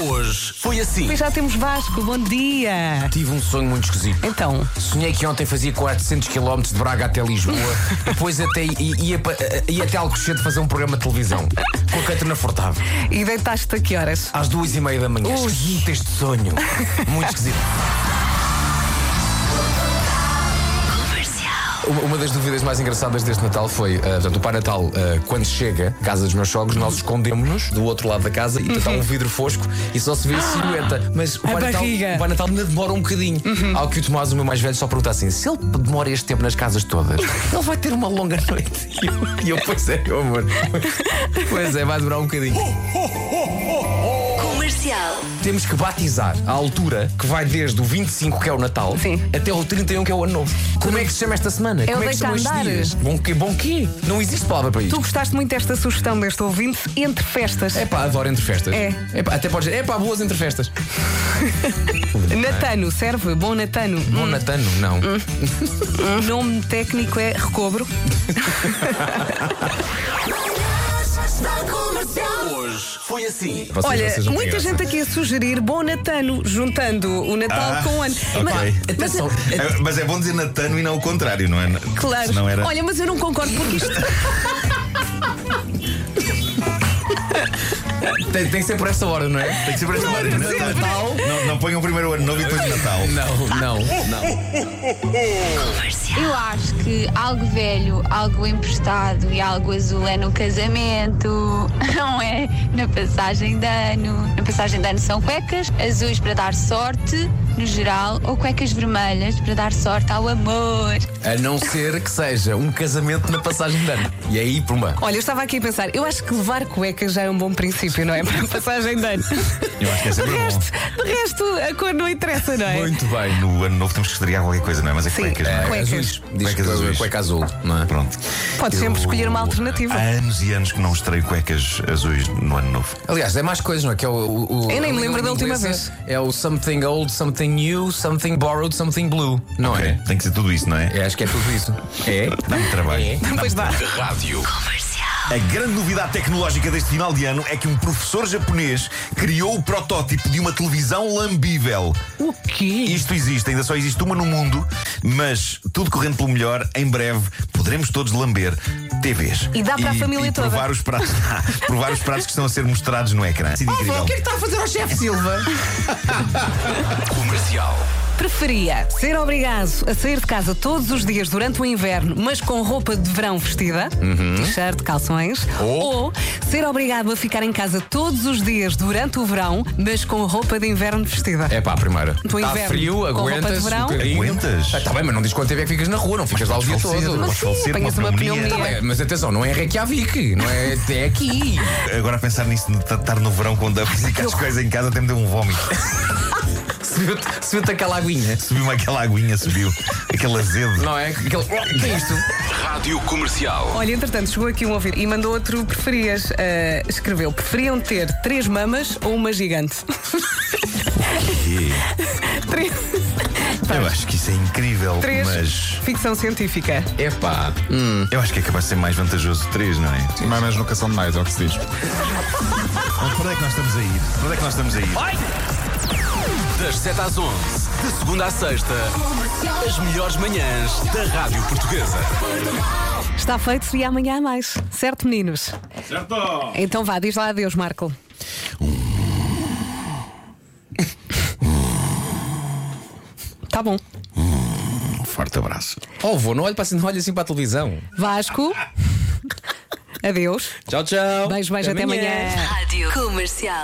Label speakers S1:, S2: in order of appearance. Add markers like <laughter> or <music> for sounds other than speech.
S1: hoje foi assim.
S2: E já temos Vasco, bom dia.
S3: Tive um sonho muito esquisito.
S2: Então,
S3: Sonhei que ontem fazia 400 km de Braga até Lisboa, depois até i- ia, pa- eh, ia até Alcochete fazer um programa de televisão com a Catarina Furtado
S2: e deitaste-te a que horas?
S3: às duas e meia da manhã.
S2: Ui.
S3: Esquisito este sonho, muito esquisito. Uma- Uma das dúvidas mais engraçadas deste Natal foi, ah, portanto, o Pai Natal, ah, quando chega à casa dos meus sogros, nós escondemos-nos do outro lado da casa e está um vidro fosco e só se vê a silhueta. Mas o Pai, Natal,
S2: barriga.
S3: o Pai Natal ainda demora um bocadinho. Ao que o Tomás, o meu mais velho, só pergunta assim: se ele demora este tempo nas casas todas, ele vai ter uma longa <laughs> noite. E eu, e eu, pois é, meu amor. Pois é, vai demorar um bocadinho.
S4: Comercial.
S3: Temos que batizar a altura que vai desde o 25, que é o Natal,
S2: Sim.
S3: até o 31, que é o Ano Novo. Como é que se chama esta semana? Como é que se chama
S2: deitar
S3: estes
S2: andar.
S3: dias? Bom quê? Bom quê? Não existe palavra para
S2: Tu
S3: isto.
S2: gostaste muito desta sugestão deste ouvinte entre festas.
S3: É pá, adoro entre festas.
S2: É.
S3: Epá, até podes dizer, é pá, boas entre
S2: <laughs>
S3: festas.
S2: Natano, serve? Bom Natano.
S5: Uhum.
S3: Bom Natano, não.
S2: O nome técnico é Recobro.
S1: Hoje foi assim.
S3: Vocês
S2: Hum. Olha,
S3: não sejam
S2: muita
S3: crianças.
S2: gente aqui a sugerir Bom Natano, juntando o Natal
S5: é? Ah,
S2: com o ano.
S5: ok.
S3: Atenção,
S5: É, mas é bom dizer Natano e não o contrário, não é?
S2: Claro.
S5: Senão era...
S2: Olha, mas eu não concordo porque isto.
S3: tem, tem que ser por essa hora, não é?
S2: <laughs>
S5: Tem que ser para claro,
S2: sempre.
S5: Natal. Não, não ponham primeiro o ano novo e depois o Natal.
S3: Não, não, não.
S6: Eu acho que algo velho, algo emprestado e algo azul é no casamento, <laughs> não é? Na passagem de ano. Na passagem de ano são cuecas azuis para dar sorte, no geral, ou cuecas vermelhas para dar sorte ao amor.
S3: A não ser que seja um casamento na passagem de ano. E aí, pumba.
S2: Olha, eu estava aqui a pensar, eu acho que levar cuecas já é um bom princípio, não é? <laughs> Para a passagem de ano.
S5: Eu acho que é
S2: De
S5: sempre bom.
S2: resto, de resto, a cor não interessa, não é?
S3: Muito bem.
S5: No ano novo temos que estrear qualquer coisa, não é? Mas é
S2: Sim.
S5: cuecas, não é?
S2: Cuecas.
S3: Azuis. Diz
S5: Cuecas
S3: que é
S5: azuis.
S3: Cueca azul, não é?
S5: Pronto.
S2: Pode sempre
S5: Eu-
S2: escolher uma alternativa.
S5: Há anos e anos que não estreio cuecas azuis no ano novo.
S3: Aliás, é mais coisas, não é? Que é o, o- o-
S2: Eu nem
S3: a
S2: me lembro
S3: língua
S2: da última
S3: inglesa
S2: vez.
S3: É o something old, something new, something borrowed, something blue. Não
S5: Ok, Tem que ser tudo isso, não é?
S3: é? é? Acho que é tudo isso. É?
S5: Dá-me trabalho.
S3: É.
S2: Pois dá.
S5: A grande novidade tecnológica deste final de ano é que um professor japonês criou o protótipo de uma televisão lambível.
S2: O quê?
S5: Isto existe, ainda só existe uma no mundo, mas tudo correndo pelo melhor, em breve poderemos todos lamber TVs.
S2: E dá para a família
S5: e
S2: toda.
S5: Provar os, pratos, <laughs> provar os pratos que estão a ser mostrados no ecrã. Sido
S2: é,
S5: incrível.
S3: está a fazer ao chefe Silva?
S1: Comercial.
S2: Preferia ser obrigado a sair de casa todos os dias durante o inverno, mas com roupa de verão vestida, t-shirt, calções, ou ser obrigado a ficar em casa todos os dias durante o verão, mas com roupa de inverno vestida.
S3: É pá, a primeira.
S2: Tu
S3: Está
S2: inverno, com
S3: frio,
S2: roupa de
S3: aguentas. um
S2: verão?
S5: Aguentas?
S3: Está bem, mas não diz quanto tempo é que ficas na rua, não ficas lá o dia
S5: Falecer,
S3: todo.
S5: podes
S2: sim,
S5: falecer,
S2: apanhas uma pneumonia.
S3: Tá bem, Mas atenção, não é Reykjavik, não é até aqui.
S5: Agora a pensar nisso de estar no verão quando a física as coisas em casa até me deu
S2: <laughs>
S5: um vómito.
S3: Subiu-te subiu-te aquela aguinha.
S5: Subiu-me aquela aguinha, subiu. Aquele azedo.
S3: Não é? Aquele. O que é isto?
S1: Rádio Comercial.
S2: Olha, entretanto, chegou aqui um ouvinte e mandou outro preferias. ah, escreveu: preferiam ter três mamas ou uma gigante? <laughs> três.
S5: Eu acho que isso é incrível,
S2: três.
S5: mas
S2: Ficção científica.
S3: É pá.
S5: eu acho que é capaz de ser mais vantajoso três, não é?
S7: Mamas Hum. nunca são demais, é o que se diz.
S5: Mas para onde é que nós estamos a ir? Para onde é que nós estamos a ir?
S1: Das 7 às 11, de segunda à sexta, as melhores manhãs da Rádio Portuguesa.
S2: Está feito e amanhã há mais. Certo, meninos? Certo! Então vá, diz lá adeus, Marco. Tá bom.
S5: Um forte abraço.
S3: Oh, vou, não olhe para assim, não olhe assim para a televisão.
S2: <laughs> Vasco. Adeus.
S3: Tchau, tchau.
S2: Beijo, beijo, até amanhã.
S4: Rádio Comercial.